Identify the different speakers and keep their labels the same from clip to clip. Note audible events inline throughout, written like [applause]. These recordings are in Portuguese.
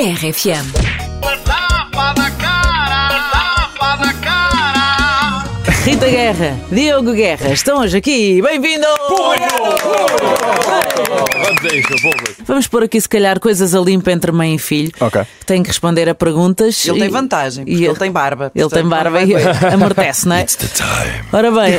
Speaker 1: RFM.
Speaker 2: Tapa na cara, tapa na cara.
Speaker 3: Rita Guerra, Diogo Guerra, estão hoje aqui. Bem-vindos!
Speaker 2: Vamos a isso, público.
Speaker 3: Vamos pôr aqui, se calhar, coisas a limpo entre mãe e filho.
Speaker 4: Ok.
Speaker 3: Tem que responder a perguntas.
Speaker 5: Ele tem
Speaker 3: e-
Speaker 5: vantagem, porque
Speaker 3: e- é-
Speaker 5: ele tem barba.
Speaker 3: Ele tem
Speaker 5: portanto,
Speaker 3: barba
Speaker 5: não
Speaker 3: e [laughs]
Speaker 5: vai-
Speaker 3: amortece, não é? Ora
Speaker 5: [laughs]
Speaker 3: bem,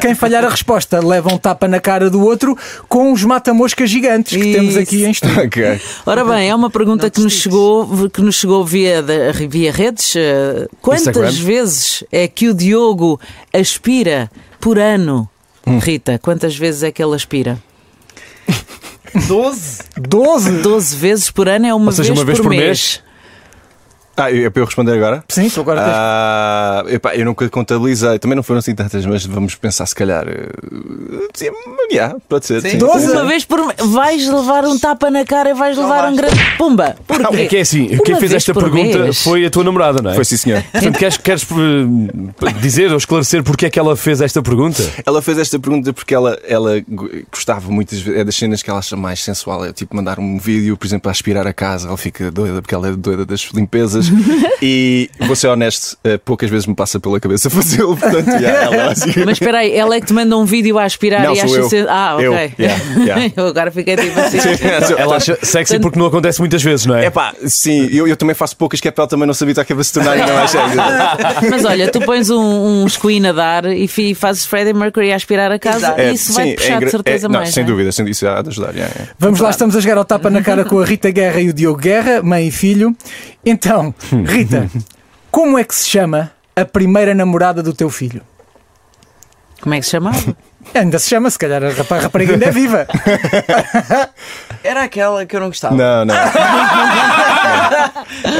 Speaker 4: Quem falhar a resposta leva um tapa na cara do outro com os mata-moscas gigantes que temos aqui em estúdio.
Speaker 6: Ok.
Speaker 3: ora bem, é uma pergunta que nos chegou, que nos chegou via, da- via redes. eh, Quantas
Speaker 6: Instagram?
Speaker 3: vezes é que o Diogo aspira por ano? Rita, quantas vezes é que ele aspira?
Speaker 4: 12?
Speaker 3: 12 vezes por ano é uma,
Speaker 6: Ou seja,
Speaker 3: vez,
Speaker 6: uma vez
Speaker 3: por,
Speaker 6: por
Speaker 3: mês.
Speaker 6: mês? Ah, é para eu responder agora?
Speaker 4: Sim, tu agora tens.
Speaker 6: Ah, epá, eu nunca contabilizei, também não foram assim tantas, mas vamos pensar se calhar. eh, sim, yeah, pode ser. sim.
Speaker 4: Doze?
Speaker 3: Uma vez por mês. Vais levar um tapa na cara e vais levar um grande. Pumba! Porquê?
Speaker 7: É que é assim,
Speaker 3: Uma
Speaker 7: quem fez
Speaker 3: vez
Speaker 7: esta
Speaker 3: por
Speaker 7: pergunta
Speaker 3: mês.
Speaker 7: foi a tua namorada, não é?
Speaker 6: Foi sim,
Speaker 4: [laughs]
Speaker 6: senhor.
Speaker 7: Portanto, queres, queres eh, dizer ou esclarecer porque é que ela fez esta pergunta?
Speaker 6: Ela fez esta pergunta porque ela, ela go- gostava muitas vezes, é das cenas que ela acha mais sensual. É tipo mandar um vídeo, por exemplo, a aspirar a casa, ela fica doida porque ela é doida das
Speaker 4: [laughs]
Speaker 6: limpezas. e vou ser honesto, eh, poucas vezes me passa pela cabeça fazê-lo, portanto, yeah,
Speaker 4: [laughs]
Speaker 6: ela assim,
Speaker 3: Mas espera aí, ela é que te manda um vídeo a aspirar
Speaker 6: Não,
Speaker 3: e
Speaker 6: sou
Speaker 3: acha.
Speaker 6: eu.
Speaker 3: sen- Ah, ok.
Speaker 6: Eu, yeah,
Speaker 3: [laughs]
Speaker 6: yeah.
Speaker 3: Eu agora fiquei tipo assim.
Speaker 6: [laughs]
Speaker 7: Ela acha sexy porque não acontece muitas vezes, não é?
Speaker 6: É pá, sim, eu, eu também faço poucas que é para ela também não saber o que acaba de se tornar e não é sério.
Speaker 3: Mas olha, tu pões um, um escuinho a dar e fi- fazes Freddie Mercury a aspirar a casa
Speaker 6: É,
Speaker 3: e [laughs] isso vai
Speaker 6: sim,
Speaker 3: puxar
Speaker 6: engra-
Speaker 3: de certeza
Speaker 6: é, não,
Speaker 3: mais.
Speaker 6: Sem
Speaker 3: não é?
Speaker 6: dúvida, sem, isso há de ajudar. yeah, yeah.
Speaker 4: Vamos lá, estamos a jogar ao tapa na cara com a Rita Guerra e o Diogo Guerra, mãe e filho. Então, Rita, como é que se chama a primeira namorada do teu filho?
Speaker 3: Como é que se
Speaker 6: [laughs]
Speaker 3: chamava?
Speaker 4: Ainda se chama, se calhar a rapa- a rapariga ainda é viva.
Speaker 5: Era aquela que eu não gostava.
Speaker 6: Não,
Speaker 3: [laughs]
Speaker 6: não.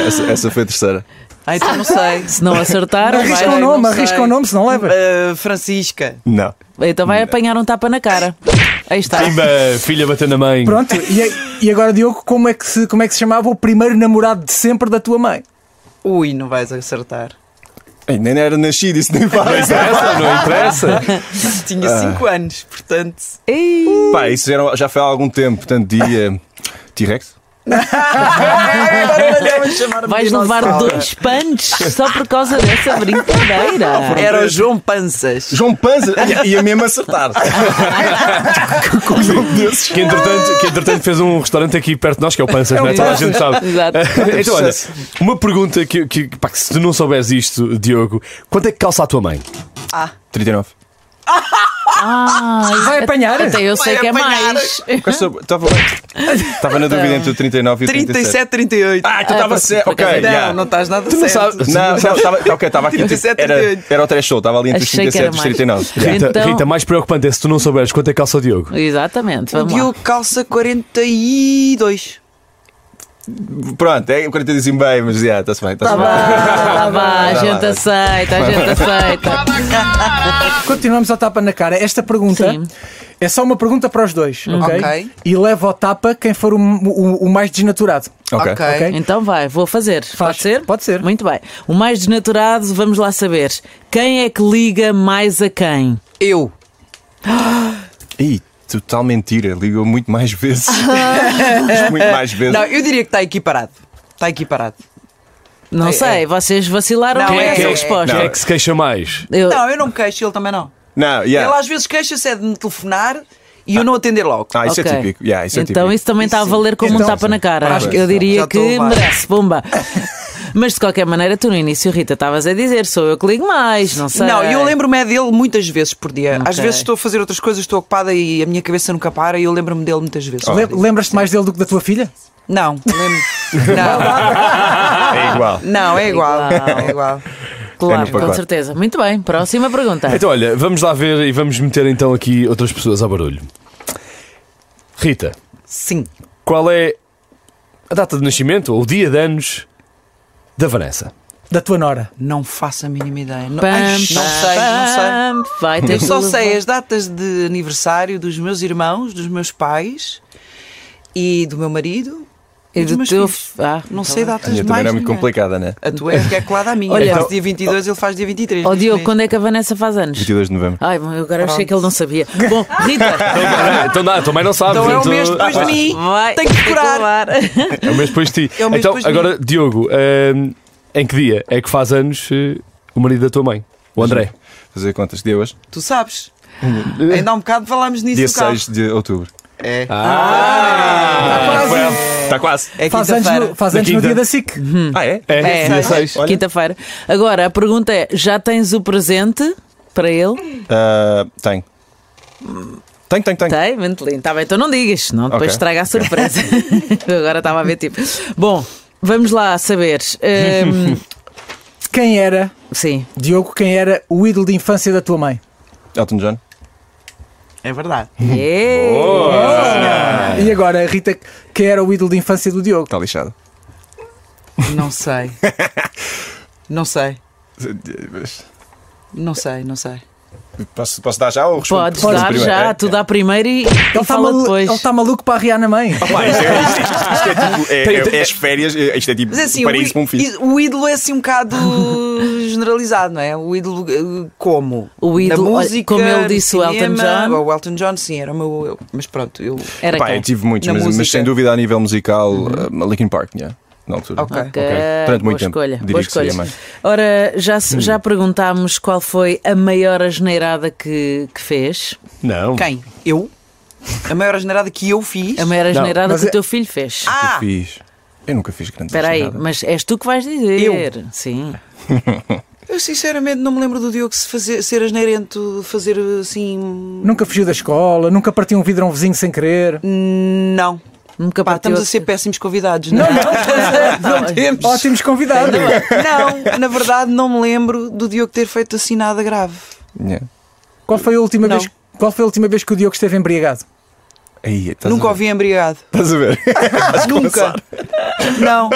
Speaker 6: essa, essa foi a terceira.
Speaker 5: Ai, então não sei.
Speaker 3: Se não acertar,
Speaker 4: Arrisca
Speaker 3: vai-
Speaker 4: o
Speaker 5: [laughs]
Speaker 4: nome,
Speaker 5: não
Speaker 4: arrisca
Speaker 5: sei.
Speaker 4: o nome, se não leva.
Speaker 5: Ah, Francisca.
Speaker 6: Não.
Speaker 3: então vai apanhar um tapa na cara. Aí está.
Speaker 6: tá.
Speaker 7: Pimba, filha batendo a mãe.
Speaker 4: Pronto, e, e agora, Diogo, como é, que se, como é que se chamava o primeiro namorado de sempre da tua mãe?
Speaker 5: Ui, não
Speaker 6: [laughs]
Speaker 5: vais acertar.
Speaker 6: Ei, nem era nascido, isso nem
Speaker 7: Não
Speaker 6: faz.
Speaker 7: interessa, não interessa.
Speaker 5: Tinha
Speaker 6: Ah.
Speaker 5: 5 anos, portanto.
Speaker 3: Ei.
Speaker 6: Pá, isso era- já foi há algum tempo, portanto, dia. T-Rex? Ah,
Speaker 3: Vais levar dois punches só por causa dessa brincadeira.
Speaker 5: Era o João Panças.
Speaker 6: João Panza! Ia, ia mesmo acertar. [laughs] Com o nome [laughs] desses.
Speaker 7: Que entretanto, que entretanto fez um restaurante aqui perto de nós, que é o Panças, não é? Toda a gente sabe.
Speaker 3: Exato.
Speaker 7: [laughs] Então, olha, uma pergunta que, que, pá, que se tu não souberes isto, Diogo, quanto é que calça a tua mãe?
Speaker 6: 39.
Speaker 3: Ah,
Speaker 4: Vai apanhar?
Speaker 3: Até eu sei
Speaker 5: Vai
Speaker 3: que é
Speaker 5: apanhar.
Speaker 3: mais.
Speaker 6: Estava Estava na dúvida entre o 39 e o 37.
Speaker 5: 37, 38.
Speaker 6: Ah, então estava certo. Ok,
Speaker 5: não,
Speaker 6: yeah.
Speaker 5: não estás nada
Speaker 7: não
Speaker 5: certo.
Speaker 7: sabes-
Speaker 6: Não, não, estava ok, estava aqui. Tipo,
Speaker 5: 37,
Speaker 6: era,
Speaker 5: 38.
Speaker 6: era o trash show, estava ali entre os
Speaker 3: Achei que era
Speaker 6: 37 e os
Speaker 3: mais.
Speaker 6: 39.
Speaker 7: Rita,
Speaker 3: Então-
Speaker 7: Rita, mais preocupante é se tu não souberes quanto é que calça o Diogo.
Speaker 3: Exatamente,
Speaker 5: O
Speaker 3: vamos lá.
Speaker 5: Diogo calça 42.
Speaker 6: [laughs] Pronto, é 40 dizem bem, mas já, está-se bem. Está-se bem.
Speaker 3: Ah, vá, a gente aceita, a gente aceita.
Speaker 4: Continuamos ao tapa na cara. Esta pergunta
Speaker 3: Sim. Hum.
Speaker 4: é só uma pergunta para os dois, ok?
Speaker 5: Ok.
Speaker 4: E leva ao tapa quem for o, o- o mais desnaturado.
Speaker 6: Ok.
Speaker 4: Ok.
Speaker 3: Então vai, vou fazer.
Speaker 4: Faz.
Speaker 3: Pode ser?
Speaker 4: Pode ser.
Speaker 3: Muito bem. O mais desnaturado, vamos lá saber. Quem é que liga mais a quem?
Speaker 5: Eu.
Speaker 6: Ih, total mentira, ligou muito
Speaker 3: [laughs]
Speaker 6: mais vezes. muito mais vezes.
Speaker 5: Não, eu diria que está equiparado. Está equiparado.
Speaker 3: Não
Speaker 5: É,
Speaker 3: sei, vocês vacilaram
Speaker 5: Não,
Speaker 3: com
Speaker 5: é-
Speaker 3: essa
Speaker 5: é-
Speaker 3: resposta.
Speaker 7: Quem é que se queixa mais?
Speaker 3: Eu-
Speaker 5: Não, eu não me queixo, ele também não.
Speaker 6: Não,
Speaker 5: Ele
Speaker 6: yeah.
Speaker 5: às vezes queixa-se é de me telefonar e eu não atender logo.
Speaker 6: Ah, isso
Speaker 3: Ok.
Speaker 6: é típico. Yeah, isso é
Speaker 3: então
Speaker 6: típico. é
Speaker 3: isso também está a valer como um
Speaker 4: Então,
Speaker 3: tapa na cara.
Speaker 4: acho que
Speaker 3: eu diria
Speaker 5: já estou
Speaker 3: que
Speaker 5: a levar.
Speaker 3: merece,
Speaker 5: [laughs]
Speaker 3: bomba. Mas de qualquer maneira, tu no início, Rita, estavas a dizer, sou eu que ligo mais, não sei.
Speaker 5: Não, eu lembro-me é dele muitas vezes por dia. Às
Speaker 3: Ok.
Speaker 5: vezes estou a fazer outras coisas, estou ocupada e a minha cabeça nunca para e eu lembro-me dele muitas vezes.
Speaker 4: Le- Lembras-te mais dele do que da tua filha?
Speaker 5: Não,
Speaker 3: [laughs]
Speaker 5: lembro Não.
Speaker 6: É igual.
Speaker 5: Não, é igual.
Speaker 3: Igual.
Speaker 5: É igual.
Speaker 3: Claro,
Speaker 6: É no
Speaker 3: com
Speaker 6: pacote.
Speaker 3: certeza. Muito bem, próxima pergunta.
Speaker 7: Então, olha, vamos lá ver e vamos meter então aqui outras pessoas ao barulho. Rita,
Speaker 5: Sim.
Speaker 7: qual é a data de nascimento ou o dia de anos da
Speaker 5: [laughs]
Speaker 7: Vanessa?
Speaker 4: Da tua nora?
Speaker 5: Não faço a mínima ideia. Não,
Speaker 3: Pam,
Speaker 5: Ai, não sei, não
Speaker 3: pam, Vai ter
Speaker 5: sei. Eu
Speaker 3: que
Speaker 5: só
Speaker 3: [laughs] levar.
Speaker 5: sei as datas de aniversário dos meus irmãos, dos meus pais e do meu marido
Speaker 3: E
Speaker 5: E dos
Speaker 3: do
Speaker 5: meus
Speaker 3: teu.
Speaker 5: filhos.
Speaker 3: fi- Ah,
Speaker 5: Não
Speaker 3: tá
Speaker 5: sei
Speaker 3: bem.
Speaker 5: datas
Speaker 6: A minha
Speaker 5: mais
Speaker 6: também não é muito
Speaker 5: nenhuma.
Speaker 6: complicada, né?
Speaker 5: A tua é que é colada à minha.
Speaker 3: Olha-
Speaker 5: eu faço dia 22, ele faz dia 23.
Speaker 3: Ó Diogo,
Speaker 5: Sim.
Speaker 3: quando é que a Vanessa faz anos?
Speaker 6: 22 de novembro.
Speaker 3: Ai, bom, eu agora achei que ele não sabia. Bom,
Speaker 5: [laughs]
Speaker 3: Rita,
Speaker 7: Então não, também não sabes.
Speaker 5: Então é um
Speaker 7: então-
Speaker 5: mês depois
Speaker 6: Ah,
Speaker 5: de mim.
Speaker 3: vai.
Speaker 5: Tem que
Speaker 3: decorar.
Speaker 7: É um mês depois de ti.
Speaker 5: É um mês
Speaker 7: então,
Speaker 5: depois de
Speaker 7: agora, Diogo, hum, em que dia é que faz anos eh, o marido da tua mãe? O André.
Speaker 6: Fazer contas, dia hoje?
Speaker 5: Tu sabes? Ainda há um bocado falámos nisso
Speaker 6: Dia
Speaker 5: no carro.
Speaker 6: 6 de outubro.
Speaker 5: É.
Speaker 3: Ah! Tá
Speaker 6: Está quase.
Speaker 5: É
Speaker 4: Faz anos,
Speaker 5: quinta-feira.
Speaker 4: no, faz
Speaker 7: Na
Speaker 4: anos no
Speaker 7: quinta.
Speaker 4: dia da SIC.
Speaker 6: Ah, é?
Speaker 7: É,
Speaker 3: [laughs] É.
Speaker 7: dia 6.
Speaker 6: Olha.
Speaker 3: Quinta-feira. Agora, a pergunta é: já tens o presente para ele?
Speaker 6: Ah, tenho. Tenho, tenho, tenho.
Speaker 3: Tem, Mentelinho. Tá bem, então não digas, senão depois
Speaker 6: Ok.
Speaker 3: estraga a
Speaker 6: [laughs]
Speaker 3: surpresa. Eu agora estava a ver tipo. Bom, vamos lá saber.
Speaker 6: [laughs]
Speaker 3: Hum,
Speaker 4: Quem era,
Speaker 3: sim.
Speaker 4: Diogo, quem era o ídolo de infância da tua mãe?
Speaker 6: Elton John.
Speaker 5: É verdade.
Speaker 3: Yeah.
Speaker 5: Ah.
Speaker 4: E agora, Rita, quem era o ídolo de infância do Diogo?
Speaker 6: Está Tá lixado.
Speaker 5: Não sei. Não sei. Não sei, não sei.
Speaker 6: Posso, posso dar já ou respondo?
Speaker 3: Podes
Speaker 6: Respondo
Speaker 3: dar
Speaker 6: primeiro?
Speaker 3: já,
Speaker 6: É,
Speaker 3: tu dá primeiro e, e
Speaker 4: Ele está
Speaker 3: fala
Speaker 4: malu
Speaker 3: depois.
Speaker 4: ele tá maluco para arriar na mãe.
Speaker 6: Pá, isto, é, isto, é- isto é tipo. É, é- é as férias, é- isto é tipo
Speaker 5: Mas é assim, o,
Speaker 6: paraíso para um filho.
Speaker 5: í- o ídolo é assim um bocado [laughs] generalizado, não é? O ídolo eh, como?
Speaker 3: O ídolo,
Speaker 5: Na
Speaker 3: olha,
Speaker 5: música,
Speaker 3: como ele
Speaker 5: no
Speaker 3: disse, o Elton
Speaker 5: cinema,
Speaker 3: John.
Speaker 5: O Elton John, sim, era o meu. eu. Mas pronto, eu.
Speaker 3: Era
Speaker 6: Pá,
Speaker 3: quem?
Speaker 6: eu tive muitos,
Speaker 5: Na
Speaker 6: mas, mas
Speaker 5: música.
Speaker 6: sem dúvida a nível musical, ah, Linkin Park, yeah, na altura.
Speaker 5: Ok.
Speaker 3: Uhum. Ok,
Speaker 6: Durante
Speaker 3: boa
Speaker 6: muito tempo,
Speaker 3: escolha.
Speaker 6: diria
Speaker 3: Boa
Speaker 6: que seria
Speaker 3: escolha.
Speaker 6: mais. Hum.
Speaker 3: Ora, já, se- já perguntámos qual foi a maior asneirada que, que fez.
Speaker 7: Não.
Speaker 5: Quem? Eu? A maior generada que eu fiz.
Speaker 3: A maior asneirada
Speaker 4: mas
Speaker 3: que o
Speaker 4: é-
Speaker 3: teu filho fez.
Speaker 6: Eu
Speaker 5: Ah!
Speaker 6: fiz. Eu nunca fiz grandes
Speaker 3: Espera aí,
Speaker 6: nada.
Speaker 3: mas és tu que vais dizer. Sim.
Speaker 5: Eu sinceramente não me lembro do Diogo se fazer, ser asneirento, fazer assim.
Speaker 4: Nunca fugiu da escola, nunca partiu um vidro a um vizinho sem querer.
Speaker 5: hum, Não.
Speaker 3: Nunca
Speaker 5: Pá,
Speaker 3: partiu
Speaker 5: estamos a
Speaker 3: outro-
Speaker 5: ser péssimos convidados, não [laughs] é? Não temos.
Speaker 4: Ótimos convidados.
Speaker 5: Não, na verdade não me lembro do Diogo ter feito assim nada grave.
Speaker 6: Yeah.
Speaker 4: Qual foi, a última
Speaker 5: Não.
Speaker 4: vez, qual foi a última vez que o Diogo esteve embriagado?
Speaker 6: Aí, estás
Speaker 5: Nunca
Speaker 6: a ver?
Speaker 5: ouvi embriagado.
Speaker 6: Estás a ver?
Speaker 3: [laughs]
Speaker 5: Nunca. Não,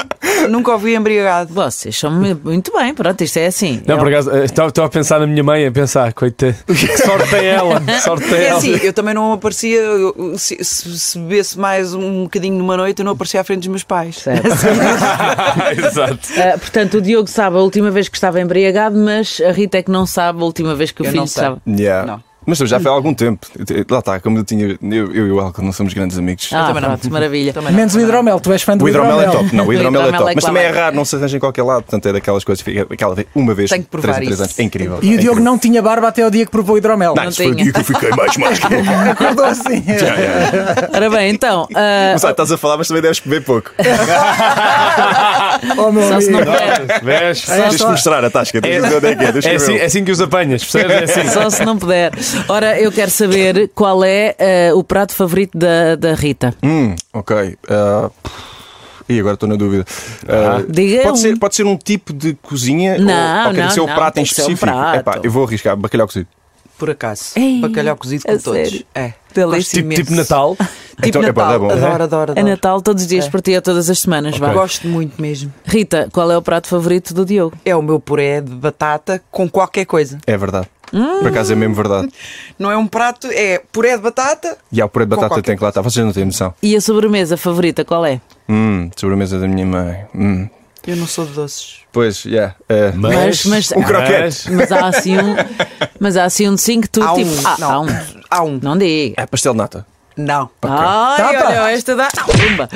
Speaker 5: nunca ouvi embriagado.
Speaker 3: Vocês são mu- muito bem, pronto, isto é assim.
Speaker 7: Não,
Speaker 3: É
Speaker 7: por
Speaker 3: o-
Speaker 7: acaso, eh, estava estava a pensar na minha mãe, a pensar,
Speaker 5: [laughs]
Speaker 7: coitada, que sorte tem ela, que sorte tem
Speaker 5: É
Speaker 7: ela.
Speaker 5: assim,
Speaker 7: [laughs]
Speaker 5: eu também não aparecia, eu- se, se, se bebesse mais um bocadinho numa noite, eu não aparecia à frente dos meus pais.
Speaker 3: Certo.
Speaker 5: [laughs]
Speaker 7: Exato.
Speaker 3: [laughs] Ah, portanto, o Diogo sabe a última vez que estava embriagado, mas a Rita é que não sabe a última vez que o
Speaker 5: Eu
Speaker 3: filho
Speaker 5: não sei.
Speaker 3: estava.
Speaker 6: Yeah.
Speaker 5: Não.
Speaker 6: Mas já foi há algum tempo. Eu te- Lá está, como eu tinha. Eu, eu e o Alco não somos grandes amigos.
Speaker 3: Hum. Ah,
Speaker 5: também não.
Speaker 3: pronto, maravilha.
Speaker 5: Também não.
Speaker 4: Menos o hidromel, tu és fã do
Speaker 6: O hidromel é top, não,
Speaker 3: O
Speaker 6: o hidromel é
Speaker 3: hidromel é
Speaker 6: top. Mas também é
Speaker 3: claro.
Speaker 6: raro, não se arranja em qualquer lado. Portanto, é daquelas coisas que fica aquela vez, uma vez,
Speaker 5: Tenho que provar
Speaker 6: três em três
Speaker 5: isso.
Speaker 6: anos. É incrível.
Speaker 4: E
Speaker 6: É
Speaker 4: o Diogo
Speaker 6: incrível.
Speaker 4: não tinha barba até o dia que provou o hidromel.
Speaker 6: Não,
Speaker 3: Não
Speaker 6: isso foi o
Speaker 3: tinha.
Speaker 6: dia que eu fiquei mais, mais.
Speaker 3: [laughs]
Speaker 4: Acordou
Speaker 6: [laughs]
Speaker 4: assim.
Speaker 3: Ora bem, então,
Speaker 5: [laughs]
Speaker 3: ah,
Speaker 6: Mas, olha, estás a falar, mas também deves
Speaker 3: [laughs]
Speaker 6: beber pouco.
Speaker 3: É
Speaker 4: Oh, meu
Speaker 3: só se não
Speaker 4: amigo.
Speaker 3: puder,
Speaker 7: Vês?
Speaker 6: Tens de mostrar a tasca, tens de ver onde é que é, tens de
Speaker 7: É assim,
Speaker 6: escrever.
Speaker 7: é assim que os apanhas, percebes? É
Speaker 5: [laughs]
Speaker 7: assim.
Speaker 3: só se não puder. Ora, eu quero saber qual é ah, o prato favorito da, da Rita.
Speaker 6: Hum, ok. Ah, e agora estou na dúvida. Ah,
Speaker 3: Diga
Speaker 6: pode,
Speaker 3: um.
Speaker 6: ser, pode ser um tipo de cozinha?
Speaker 3: Não,
Speaker 6: ou, ou quer
Speaker 3: não,
Speaker 6: ser o
Speaker 3: não,
Speaker 6: prato
Speaker 3: tem
Speaker 6: em
Speaker 3: que ser um
Speaker 6: específico?
Speaker 3: prato.
Speaker 6: Epá, eu vou arriscar, bacalhau cozido.
Speaker 5: Por acaso.
Speaker 3: Ei,
Speaker 5: Bacalhau cozido
Speaker 3: a
Speaker 5: com todos.
Speaker 3: sério?
Speaker 5: É.
Speaker 3: Delícia.
Speaker 5: Gosto
Speaker 7: Tipo,
Speaker 5: imenso.
Speaker 7: tipo Natal.
Speaker 5: Tipo
Speaker 6: Então, é bom,
Speaker 5: Natal.
Speaker 6: é bom.
Speaker 5: Adoro, adoro,
Speaker 3: É
Speaker 5: adoro.
Speaker 3: Natal todos os dias
Speaker 5: É.
Speaker 3: para ti ou todas as semanas, vá.
Speaker 5: Gosto muito mesmo.
Speaker 3: Rita, qual é o prato favorito do Diogo?
Speaker 5: É o meu puré de batata com qualquer coisa.
Speaker 6: É verdade.
Speaker 3: Hum.
Speaker 6: Por acaso é mesmo verdade.
Speaker 5: Não é um prato, é puré de batata.
Speaker 6: E há o purê de
Speaker 5: Com
Speaker 6: batata
Speaker 5: qualquer
Speaker 6: tem que lá estar. Vocês não têm noção.
Speaker 3: E a sobremesa favorita qual é?
Speaker 6: Hum, sobremesa da minha mãe. Hum.
Speaker 5: Eu não sou de doces.
Speaker 6: Pois, yeah. é.
Speaker 3: Mas- mas-
Speaker 6: Um croquete.
Speaker 3: Mas há assim um, mas há assim um de cinco que tu
Speaker 5: Há
Speaker 3: tipo,
Speaker 5: um,
Speaker 3: ah,
Speaker 5: não.
Speaker 3: há um.
Speaker 5: Há um.
Speaker 3: Não diga.
Speaker 6: É pastel de nata.
Speaker 5: Não.
Speaker 3: Ai,
Speaker 4: Tapa.
Speaker 3: olha, esta dá. Pumba.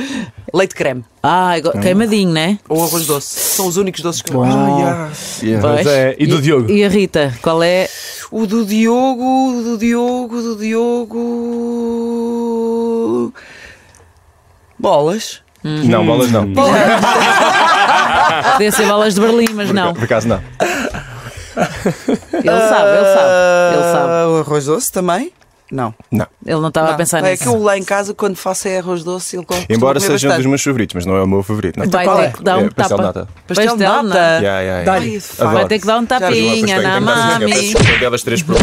Speaker 5: Leite creme.
Speaker 3: Ai, go- Ah, queimadinho, né?
Speaker 5: Ou arroz doce. São os únicos doces que eu gosto.
Speaker 6: Yeah.
Speaker 3: Pois.
Speaker 7: é. E do Diogo?
Speaker 3: E a Rita, qual é?
Speaker 5: O do Diogo, o do Diogo, do Diogo. Bolas.
Speaker 6: Não, bolas não.
Speaker 3: Podia ser balas assim de Berlim, mas não.
Speaker 6: Por acaso não.
Speaker 3: Ele sabe, ele sabe. Ele sabe.
Speaker 5: Ah, o arroz doce também? Não.
Speaker 6: Não.
Speaker 3: Ele não estava a
Speaker 5: Não.
Speaker 3: pensar
Speaker 5: é
Speaker 3: nisso.
Speaker 5: que eu lá em casa, quando faço é arroz doce, ele costuma
Speaker 6: Embora
Speaker 5: comer
Speaker 6: seja um dos
Speaker 5: bastante.
Speaker 6: meus favoritos, mas não é o meu favorito. Não.
Speaker 3: Vai
Speaker 4: qual
Speaker 3: ter
Speaker 4: é?
Speaker 3: que dar um
Speaker 6: É, pastel de
Speaker 3: tapa. né?
Speaker 6: nata.
Speaker 5: Pastel de nata.
Speaker 3: [laughs]
Speaker 6: Yeah, yeah, yeah.
Speaker 4: Dá-lhe.
Speaker 6: Adoro.
Speaker 3: Vai ter que dar um tapinha na mami.
Speaker 6: das três por um.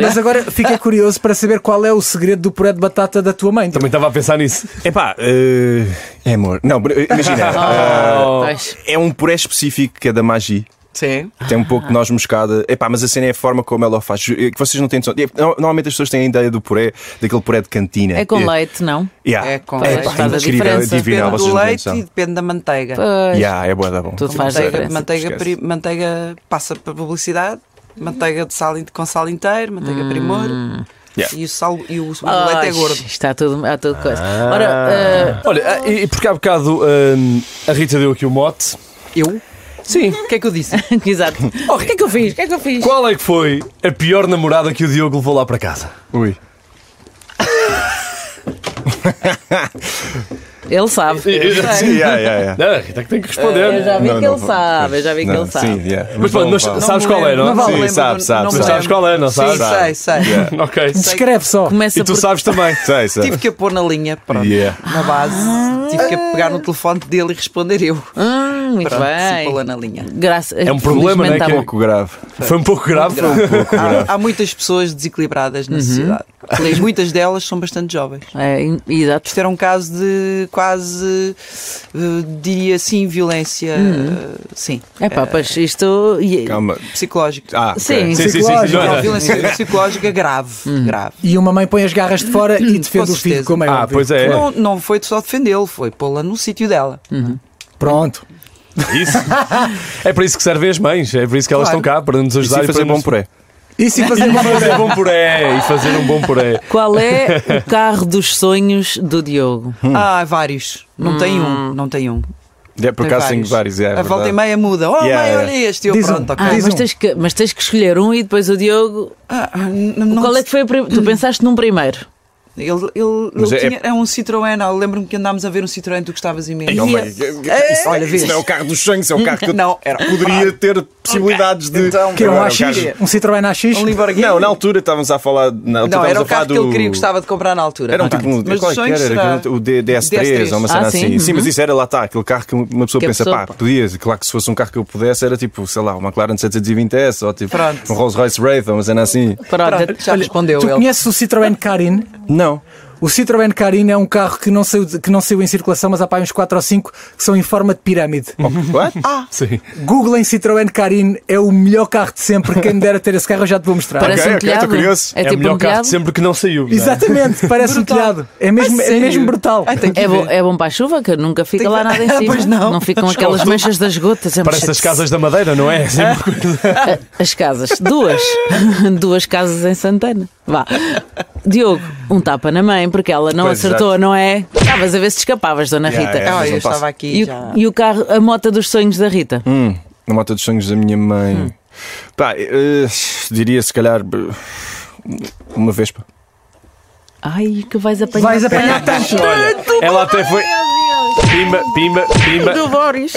Speaker 4: Mas agora fiquei curioso para saber qual é o segredo do puré de batata da tua mãe.
Speaker 7: Também estava a pensar nisso.
Speaker 6: [laughs] Epá, [laughs] eh, é amor. Não, br- imagina. eh,
Speaker 3: Oh, Pois. Ah.
Speaker 6: é um puré específico que é da Magi.
Speaker 5: Sim.
Speaker 6: Tem um pouco de noz moscada. Epá, mas a cena é a forma como ela o faz. É que vocês não têm noção. É, no- Normalmente as pessoas têm a ideia do puré, daquele puré de cantina. Eh,
Speaker 3: É com leite, não?
Speaker 6: Yeah.
Speaker 5: É com
Speaker 6: Epá,
Speaker 5: leite.
Speaker 3: Faz a
Speaker 6: incrível,
Speaker 3: diferença.
Speaker 6: É divinal,
Speaker 5: Depende
Speaker 6: vocês
Speaker 5: do
Speaker 6: não têm
Speaker 5: leite
Speaker 6: noção.
Speaker 5: e depende da manteiga.
Speaker 3: Pois.
Speaker 6: Yeah, é boa, dá bom.
Speaker 3: Tudo faz
Speaker 5: manteiga,
Speaker 3: diferença.
Speaker 5: manteiga,
Speaker 6: Esquece.
Speaker 5: pri- manteiga passa para publicidade, manteiga de sal, in- com sal inteiro, manteiga
Speaker 3: Hum.
Speaker 5: primor
Speaker 6: Yeah.
Speaker 5: e o sal e o, o leite é gordo.
Speaker 3: Está tudo, há tudo coisa. Ora, eh,
Speaker 7: Olha, ah, e e porque há bocado hum, a Rita deu aqui o mote.
Speaker 5: Eu?
Speaker 7: Sim.
Speaker 5: O que é que eu disse?
Speaker 3: ah, [laughs] exato. O que é que eu fiz? O que é que eu fiz?
Speaker 7: Qual é que foi a pior namorada que o Diogo levou lá para casa?
Speaker 6: Ui.
Speaker 3: Ele sabe.
Speaker 6: É, Sim, yeah, yeah, yeah.
Speaker 7: É, [laughs] Não, a Rita que tem que responder.
Speaker 5: É,
Speaker 3: Eu já vi
Speaker 6: Não,
Speaker 3: que
Speaker 6: não
Speaker 3: ele
Speaker 6: vou-
Speaker 3: sabe, eu já vi que
Speaker 6: Não,
Speaker 3: ele sabe.
Speaker 6: Sim, yeah.
Speaker 7: Mas pronto, mas
Speaker 6: vamos-
Speaker 7: sabes qual é, não?
Speaker 5: Não vale,
Speaker 6: Sim,
Speaker 5: lembro,
Speaker 6: sabe, sabe,
Speaker 5: não
Speaker 6: sabe.
Speaker 5: me
Speaker 7: Mas sabes
Speaker 5: lembro.
Speaker 7: qual é, não
Speaker 5: Sim,
Speaker 7: sabes?
Speaker 5: sei, sei.
Speaker 6: Yeah. [laughs]
Speaker 7: Ok.
Speaker 4: Descreve só.
Speaker 3: Começa
Speaker 7: E tu
Speaker 3: por
Speaker 7: sabes também.
Speaker 5: [laughs]
Speaker 6: Sei, sei.
Speaker 5: Tive que a pôr na linha, pronto,
Speaker 6: Yeah.
Speaker 5: na base. Tive que a pegar no telefone dele e responder eu.
Speaker 3: Hum, muito
Speaker 5: Pronto, sim, pô-la
Speaker 3: Ah. bem.
Speaker 5: na linha.
Speaker 3: Graças
Speaker 7: É um problema,
Speaker 3: felizmente
Speaker 7: não é,
Speaker 3: tá
Speaker 7: que-
Speaker 6: Um
Speaker 3: bom.
Speaker 6: pouco grave.
Speaker 7: Foi um pouco grave.
Speaker 5: Há, há muitas pessoas desequilibradas
Speaker 3: Uhum.
Speaker 5: na sociedade. Aliás, muitas delas são bastante jovens.
Speaker 3: É, in- exato.
Speaker 5: Isto era um caso de quase, eh, diria sim, violência.
Speaker 6: Uhum.
Speaker 5: eh, sim,
Speaker 3: É pá, pois isto. e-
Speaker 6: Calma.
Speaker 5: psicológica.
Speaker 6: Ah,
Speaker 3: Sim.
Speaker 6: ok.
Speaker 7: Sim, sim, sim. sim.
Speaker 4: Psicológico.
Speaker 7: Não, é?
Speaker 5: Uma
Speaker 7: não.
Speaker 5: violência
Speaker 6: [laughs]
Speaker 5: psicológica grave,
Speaker 6: Uhum.
Speaker 5: grave.
Speaker 4: E uma mãe põe as garras de fora e defende
Speaker 5: com
Speaker 4: o filho,
Speaker 5: certeza.
Speaker 4: como é
Speaker 7: Ah,
Speaker 4: óbvio.
Speaker 7: pois é.
Speaker 5: Não, não foi só defendê-lo, foi pô-la no sítio dela.
Speaker 6: Uhum.
Speaker 4: Pronto.
Speaker 7: Isso. É para isso que servem as mães. É por isso que elas
Speaker 5: Claro.
Speaker 7: estão cá, para nos
Speaker 6: E
Speaker 7: ajudar
Speaker 6: sim,
Speaker 7: e,
Speaker 6: fazer
Speaker 7: para
Speaker 6: bom
Speaker 7: nos-
Speaker 6: puré.
Speaker 4: E se
Speaker 7: [laughs]
Speaker 4: fazer uma
Speaker 7: Fazer bom puré. E fazer um bom puré.
Speaker 3: Qual é o carro dos sonhos do Diogo?
Speaker 5: Ah, vários. Não tem um, não tem um.
Speaker 6: É, Uhum. por
Speaker 5: Tem
Speaker 6: acaso tenho vários. é, é
Speaker 5: a volta e
Speaker 6: verdade.
Speaker 5: meia muda. Oh,
Speaker 6: Yeah,
Speaker 5: mãe,
Speaker 6: yeah.
Speaker 5: olha este. Eu,
Speaker 4: Diz
Speaker 5: pronto,
Speaker 4: um.
Speaker 5: ok.
Speaker 3: Ah,
Speaker 4: Diz
Speaker 3: mas
Speaker 4: um.
Speaker 3: tens, que, mas tens que escolher um e depois o Diogo.
Speaker 5: Ah, ah, n- não
Speaker 3: Qual é
Speaker 5: sei.
Speaker 3: que foi o primeiro? Tu pensaste num primeiro.
Speaker 5: Ele, ele,
Speaker 6: Mas
Speaker 5: ele
Speaker 6: é-
Speaker 5: tinha, é um Citroën. ah, Eu lembro-me que andámos a ver um Citroën, tu gostavas imenso.
Speaker 6: Ei, oh, mãe, isso,
Speaker 5: Olha, vês.
Speaker 6: isso não é o carro dos sonhos, é o carro que eu
Speaker 5: Não, era
Speaker 6: poderia ter possibilidades de.
Speaker 5: Então,
Speaker 4: que é um
Speaker 6: Agora, o
Speaker 4: AX?
Speaker 6: carro-
Speaker 4: Um Citroën AX?
Speaker 5: Um Lamborghini.
Speaker 6: Não, na altura estávamos a falar. Na altura
Speaker 5: Não,
Speaker 6: estávamos
Speaker 5: Então, era
Speaker 6: Então, a falar
Speaker 5: o carro que ele
Speaker 6: do-
Speaker 5: queria, gostava de comprar na altura.
Speaker 6: Era um
Speaker 5: Ok.
Speaker 6: tipo um,
Speaker 5: Ah, tá. Mas
Speaker 6: qual é
Speaker 5: os
Speaker 6: que era?
Speaker 5: sonhos será...
Speaker 6: Era O D- DS3
Speaker 5: DS3.
Speaker 6: ou uma cena
Speaker 3: Ah,
Speaker 6: assim.
Speaker 3: sim,
Speaker 6: Sim,
Speaker 3: uhum.
Speaker 6: mas isso era lá está, aquele carro que uma pessoa
Speaker 3: Que a
Speaker 6: pensa,
Speaker 3: pessoa-
Speaker 6: pá, podias, claro que se fosse um carro que eu pudesse era tipo, sei lá, uma McLaren 720S ou tipo
Speaker 5: Pronto.
Speaker 6: um Rolls Royce Wraith ou uma cena assim.
Speaker 3: Pronto.
Speaker 5: Pronto, já respondeu
Speaker 4: Tu
Speaker 5: ele.
Speaker 4: conheces o Citroën Carin?
Speaker 5: [laughs]
Speaker 6: Não.
Speaker 4: O Citroën Carin é um carro que não saiu, de- que não saiu em circulação, mas há pá, uns 4 ou 5 que são em forma de pirâmide.
Speaker 5: Ah.
Speaker 6: What?
Speaker 7: Sim.
Speaker 4: Google em Citroën Carin é o melhor carro de sempre. Quem me dera ter esse carro, eu já te vou mostrar.
Speaker 3: Parece
Speaker 6: ok,
Speaker 3: um
Speaker 6: estou
Speaker 3: telhado.
Speaker 6: curioso.
Speaker 3: É
Speaker 7: É, o
Speaker 3: tipo um
Speaker 7: melhor carro
Speaker 3: telhado.
Speaker 7: de sempre que não saiu. não é?
Speaker 4: Exatamente, parece um
Speaker 5: Brutal.
Speaker 4: telhado. É mesmo,
Speaker 5: A
Speaker 4: é
Speaker 5: sério?
Speaker 4: mesmo brutal.
Speaker 5: Ai, tem que
Speaker 3: É
Speaker 5: ver.
Speaker 3: bom, é bom para a chuva, que nunca fica
Speaker 5: Tem
Speaker 3: lá
Speaker 5: que-
Speaker 3: nada em cima.
Speaker 5: Pois não.
Speaker 3: ficam aquelas manchas das gotas. É uma
Speaker 7: Parece as
Speaker 3: chatice.
Speaker 7: casas da Madeira, não é? Sempre-
Speaker 3: [laughs] As casas. Duas. [laughs] Duas casas em Santana. Vá. Diogo, um tapa na mãe, porque ela não
Speaker 6: Pois,
Speaker 3: acertou,
Speaker 6: exato.
Speaker 3: não é? Estavas a ver se te escapavas, Dona
Speaker 6: Yeah,
Speaker 3: Rita.
Speaker 6: é, mas
Speaker 5: Ah, eu
Speaker 6: não passa.
Speaker 5: estava aqui
Speaker 3: E, o-
Speaker 5: já.
Speaker 3: e o carro, a moto dos sonhos da Rita.
Speaker 6: Hum, na moto dos sonhos da minha mãe.
Speaker 5: Hum.
Speaker 6: Pá, eh, diria se calhar eh, uma Vespa.
Speaker 3: Ai, que vais apanhar.
Speaker 4: Vais apanhar tanto.
Speaker 7: Olha, ela até foi. Pimba, pimba,
Speaker 3: do
Speaker 7: pimba.
Speaker 6: [laughs]
Speaker 3: Boris.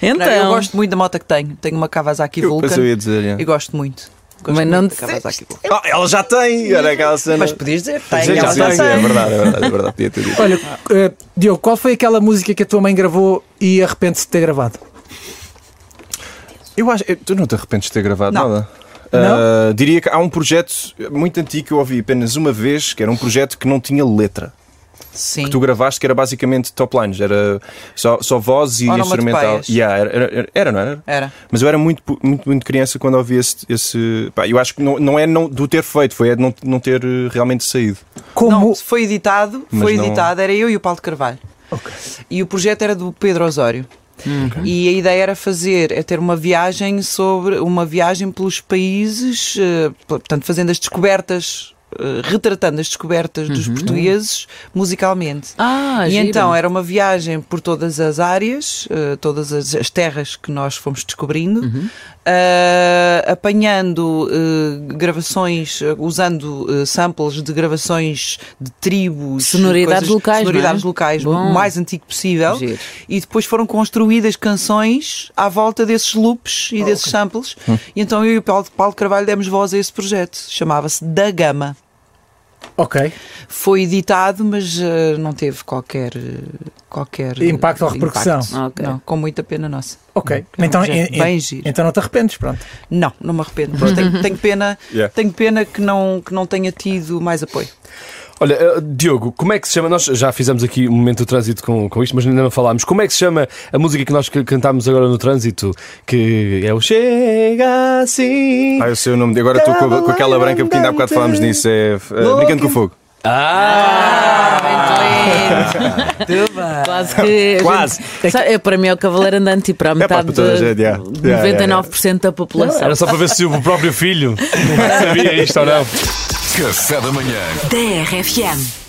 Speaker 3: então.
Speaker 5: Não, eu gosto muito da moto que tenho. Tenho uma Kawasaki
Speaker 6: Eu
Speaker 5: Vulcan
Speaker 6: pensei eu ia dizer. yeah.
Speaker 5: e gosto muito. Gosto
Speaker 3: Mas
Speaker 5: muito
Speaker 3: não
Speaker 5: da
Speaker 3: disseste.
Speaker 5: Kawasaki Vulcan.
Speaker 6: Ah, ela já tem! Era aquela cena.
Speaker 5: Mas podias dizer,
Speaker 6: Sim,
Speaker 5: tenho,
Speaker 6: já
Speaker 5: ela já
Speaker 6: tem, é
Speaker 5: tem.
Speaker 6: verdade, é verdade, é verdade. Podia ter dito.
Speaker 4: Olha, eh, Diogo, qual foi aquela música que a tua mãe gravou e arrepende-se de ter gravado?
Speaker 6: Eu acho. eu- tu não te arrependes de ter gravado
Speaker 5: Não.
Speaker 6: nada?
Speaker 4: Não?
Speaker 6: Ah, diria que há um projeto muito antigo que eu ouvi apenas uma vez, que era um projeto que não tinha letra.
Speaker 5: Sim.
Speaker 6: Que tu gravaste, que era basicamente top lines, era só, só voz e
Speaker 5: Onomatopeias.
Speaker 6: instrumental. Yeah, era, era- era- era, não era?
Speaker 5: Era.
Speaker 6: Mas eu era muito, pu- muito, muito criança quando ouvi esse. esse pá, eu acho que não, não é não, do ter feito, foi é de não, não ter eh, realmente saído.
Speaker 4: Como
Speaker 5: Não, se foi editado,
Speaker 6: Mas
Speaker 5: foi
Speaker 6: não-
Speaker 5: editado, era eu e o Paulo de Carvalho. E o projeto era do Pedro Osório.
Speaker 3: Hum,
Speaker 5: E a ideia era fazer, é ter uma viagem sobre uma viagem pelos países, eh, portanto, fazendo as descobertas, eh, retratando as descobertas dos portugueses musicalmente.
Speaker 3: Uhum, Ah,
Speaker 5: e
Speaker 3: giro.
Speaker 5: então era uma viagem por todas as áreas, eh, todas as, as terras que nós fomos descobrindo,
Speaker 3: Uhum.
Speaker 5: eh, apanhando eh, gravações, eh, usando eh, samples de gravações de tribos,
Speaker 3: Sonoridades locais, não é?
Speaker 5: sonoridades locais,
Speaker 3: Bom.
Speaker 5: o mais antigo possível,
Speaker 3: Giro.
Speaker 5: e depois foram construídas canções à volta desses loops
Speaker 3: Oh,
Speaker 5: e desses samples. E então eu e o Paulo, Paulo Carvalho demos voz a esse projeto, chamava-se Da Gama.
Speaker 4: Ok.
Speaker 5: Foi editado, mas eh, não teve qualquer. eh, qualquer eh,
Speaker 4: Impacto ou repercussão.
Speaker 5: impacto.
Speaker 3: Ok.
Speaker 5: Não, com muita pena nossa.
Speaker 4: Ok.
Speaker 5: É um
Speaker 4: Então,
Speaker 5: projeto
Speaker 4: en-
Speaker 5: bem
Speaker 4: en-
Speaker 5: giro.
Speaker 4: então não te arrependes, pronto.
Speaker 5: Não, não me arrependo. Mas tenho, tenho pena,
Speaker 6: Yeah.
Speaker 5: tenho pena que, não, que não tenha tido mais apoio.
Speaker 7: Olha, eh, Diogo, como é que se chama? Nós já fizemos aqui um momento do trânsito com, com isto, mas ainda não falámos. Como é que se chama a música que nós c- cantámos agora no trânsito? Que é o Chega assim.
Speaker 6: Ah, eu sei o nome. Agora estou com, a- com aquela branca, porque ainda há bocado falámos nisso. É eh, Brincando com o Fogo.
Speaker 7: Ah!
Speaker 6: Ah,
Speaker 3: Ah. [laughs] Quase que. a
Speaker 6: Quase.
Speaker 3: gente- sabe, é, para mim é o cavaleiro andante e para a metade
Speaker 6: para toda a
Speaker 3: de-
Speaker 6: gente, yeah.
Speaker 3: de
Speaker 6: Yeah,
Speaker 3: 99% da população.
Speaker 7: Era só para ver se o próprio filho sabia isto ou não.
Speaker 2: Café da manhã.
Speaker 1: TRFM.